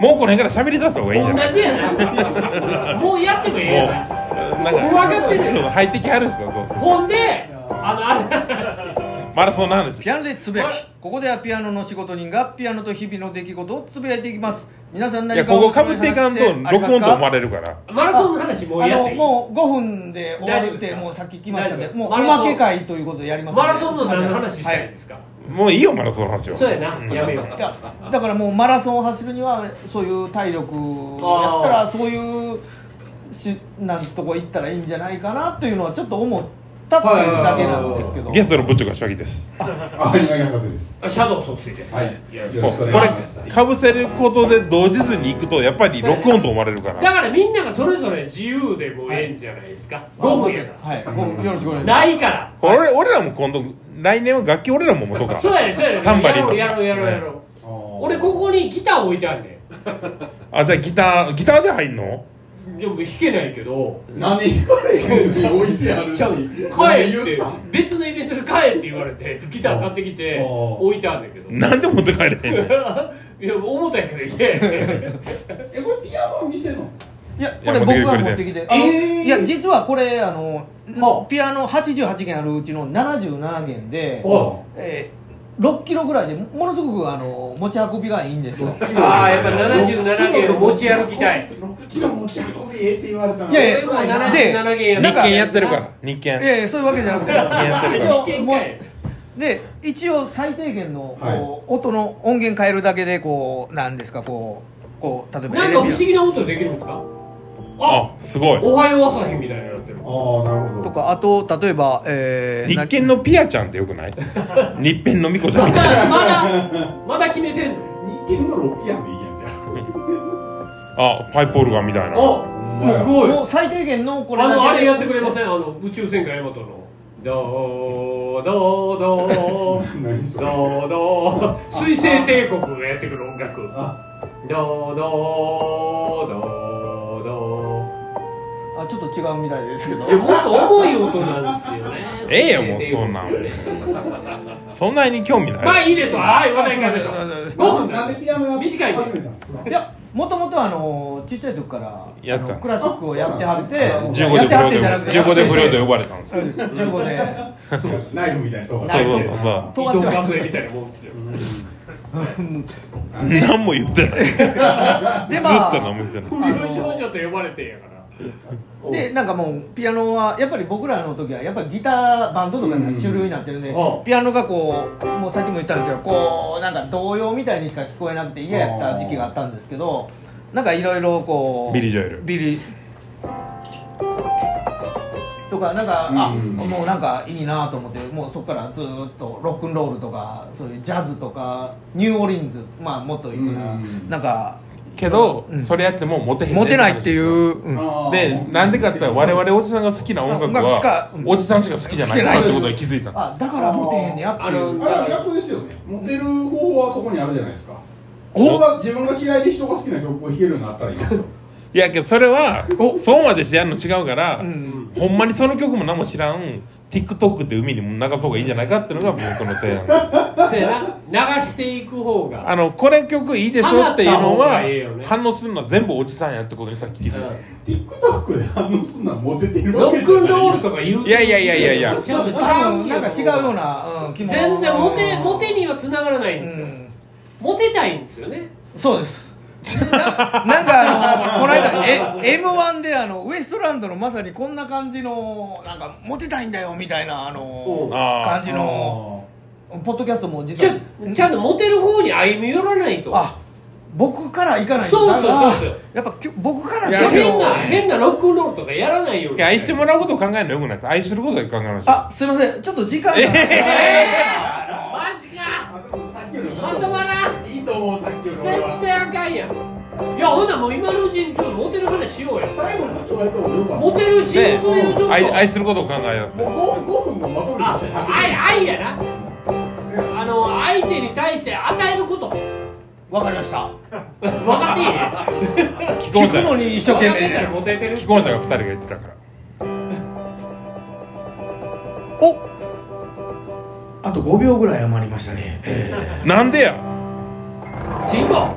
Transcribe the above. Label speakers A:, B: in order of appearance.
A: もうこの辺から喋り出す方がいいんじゃない
B: 同じやなもうやってもええ やない
A: もうなんか
B: もう分かってる
A: そう入ってきはるっすよどうせ
B: ほんであのあれ
A: マラソンの話
C: ピアノでつぶやきここではピアノの仕事人がピアノと日々の出来事をつぶやいていきます皆さん
A: い
C: 何
A: や
C: か
A: こ
C: お
A: こ
C: すす
A: か
C: め
A: ぶっていかんと
C: 話て
A: 録音と思わ
C: あります
A: れるから
B: マラソンの話もう
C: あ
B: やっ
C: の
B: ていい
C: もう5分で終わ
B: 大
C: るって
B: 丈夫ですか
C: もうさっき来ましたんで
B: 大丈夫
C: もう
B: マ
C: お
B: ラソン
C: まけ会ということでやりますんで
B: マラソンの何の話したいん
C: は
B: ですか、
A: もういいよマラソンの話は
B: そうやなやめよう
C: いやだからもうマラソンを走るにはそういう体力やっ
B: あ
C: たらそういうしなんとこ行ったらいいんじゃないかなというのはちょっと思ったっていうだけなんですけど
A: ゲストの部長がしわぎです
D: あ、今井博士です。
B: あシャドウ総帥です
D: はい
B: や
D: よ
A: も
D: ろ
A: う
D: し
A: こ
D: く
A: れ
D: お願いします。
A: かぶせることで同日に行くとやっぱり録音と思われるか
B: だ
A: ら
B: からみんながそれぞれ自由でもええんじゃないですか、
C: あ
B: ゴムやか
C: はいゴムよろしくお願
B: ら
C: いし
B: な
C: ま
B: いから
A: 俺俺らも今度来年は楽器俺らも持とうか
B: そうやねそうやね
A: タンバリンとか
B: やろうやろうやろうやろう、俺ここにギター置いてあんね
A: あじゃあギターギターで入んの
B: んでも弾けないけど
D: 何言われへんし置いてあるし。
B: 帰っ
D: 何
B: て
D: 言ったん
B: 別のイベントで帰って言われてギター買ってきて
D: あ あ
B: 置いてあんねんけど
A: なんで持って帰れへんの
B: いや思ったんやけどいけ
D: え、これピアノ見せるの
C: すいやこれ僕が持ってきてあの
D: えー
C: いや実はこれあの
B: はあ
C: ピアノ88弦あるうちの77弦 で
B: お
C: えー6キロぐらいでものすごくあの持ち運びがいいんですよ
B: ああやっぱ77弦を持ち歩きたい。
D: 6キロ持ち運びええって言われたの
C: いやいや
B: 俺も
C: で
B: 77弦や
A: 日券やってるから日券
C: ええそういうわけじゃな くて
B: 日券かい
C: で一応最低限の、
D: はい
C: こう音の音源変えるだけでこうなんですかこうこう例えば
B: な
C: エ
B: ん
C: レ
B: か不
C: ベ
B: 思
C: ー
B: 議な音できるんですかあ
A: あすごい
B: おはよう朝日みたいになってる
D: ああ、なるほ
C: ター
D: ど。
C: とかあと例えば、えー、
A: 日券のピアちゃんってよくない日編のミコちゃん
B: ま
A: みたい な
B: だまだまだ決めてんの
D: 日券のロピアノいいやんじゃ
A: あパイプオルガンみたいな
B: おす
C: な
B: ごい
C: もう最低限のこれ
B: あのあれやってくれま
C: ん
B: せんあの宇宙戦艦ヤマトのどーどーどー
D: ん。何それ。
B: どうどう水星帝国がやってくる音楽どう
D: あ、
B: どうどうど
C: あちょっと違うみたいですけど
B: ういやもっと重い音なんですよね
A: ええやもうそんなんそんなに興味ない、
B: まあいいですわはい話題変えましょ
C: そうそうそう
B: う5分
D: な
B: だ
D: んでピアノやって
B: 短い
D: 始めたんですか
C: いやもともとあのちっちゃい時から
A: やった
C: あのクラシックをやってはって
D: あそうなんですね
A: 15
C: や
A: で
C: ってはってじゃなく
A: 不
C: て
A: 良で15で不良で呼ばれた んですよ
C: 15で
D: ナイフみたいなとこ
A: そうそうそうそ
B: 伊藤和恵みたいなもんですよ
A: う何も言ってないずっ
C: で
A: と
C: まあ
A: 何も言ってない
B: 不良少女と呼ばれてんやから
C: でなんかもうピアノはやっぱり僕らの時はやっぱりギターバンドとかが主流になってるんで、
B: うんうん
C: ピアノがこうもうさっきも言ったんですよこうなんか童謡みたいにしか聞こえなくて嫌やった時期があったんですけどなんかいろいろこう
A: ビリージョエル
C: ビリーとかなんか、あ
D: うん
C: もうなんかいいなと思ってもうそこからずーっとロックンロールとかそういうジャズとかニューオーリンズまあもっといくな、
D: うん
C: なんか
A: けど、
C: うん
A: それやってもモテへんねん
C: モテないっていう、うん
D: あ
A: で
D: ー
A: なんでかって言ったら我々おじさんが好きな音楽
C: 音楽しか
A: は
C: うん
A: おじさんしか好きじゃないなってことに気づいたんです
C: あだからモテへんねやってい
B: あの
C: う
D: あれは逆ですよね。モテる方法はそこにあるじゃないですか。
A: お
D: 人が自分が嫌いで人が好きな曲を弾けるようになったらいいですよ。
A: いやけどそれはそうまでしてやるの違うから、
C: ん
A: ほんまにその曲も何も知らん TikTok で海に流そうがいいんじゃないかっていうのが僕の提案
B: そうやな流していく方が
A: あのこれ曲いいでしょっていうの
B: 放った方
A: は
B: がいいよね
A: 反応するのは全部おじさんやってことにさっき気づいたんです
D: TikTok で反応すんのはモテてるわ
B: ロ
D: け
B: ッ
D: じ
B: ク
D: ゃない
B: ンロールとか言うて
A: いやいやいやいやいや
B: ちょっとちゃ
C: 多
B: う
C: 分なんか違うような、うん、気も
B: 全然モテモテには繋がらない
C: うん
B: ですよ、
C: ん
B: モテたいんですよね
C: そうですな なんかあのこの間え m 1であのウエストランドのまさにこんな感じのなんかモテたいんだよみたいなあ
B: う
C: の
B: ん
A: あー
C: 感じのポッドキャストも実
B: ち
C: は
B: ゃちゃんとモテる方に歩み寄らないと
C: あ僕から行かない
B: そうそうそうそう
C: だからやっぱきょ僕から
A: い
B: じ
A: や
B: ゃあ
A: けど
B: 変な変なロックンロールとかやらないよう
A: い
B: に
A: や愛してもらうことを考えるのよくない愛することだけ考えましょう
C: あすいませんちょっと時間が、
B: マジか
D: あでもさっきのいいと
B: ま
D: 思
B: と
D: う
B: まらん
D: いいと思うさっきの俺
B: 全
D: は
B: 然あかんやんいやほなもう今のうちにちょっとモテる話しようや
D: 最後のちょいとよかった
B: モテる心
A: で
B: 臓よちょっと
A: 愛愛することを考えようって
D: もう5分もまとめ
B: あ
D: て
B: 愛愛やなあの相手に対して与えること
C: わかりました
B: 分かっていいね
A: 既婚
C: 聞く
A: 者
C: のに一生懸命です
B: モテてる
A: 既婚者が2人が言ってたから
C: お
E: あと5秒ぐらい余りましたね、え
A: なんでや
B: 進行
A: か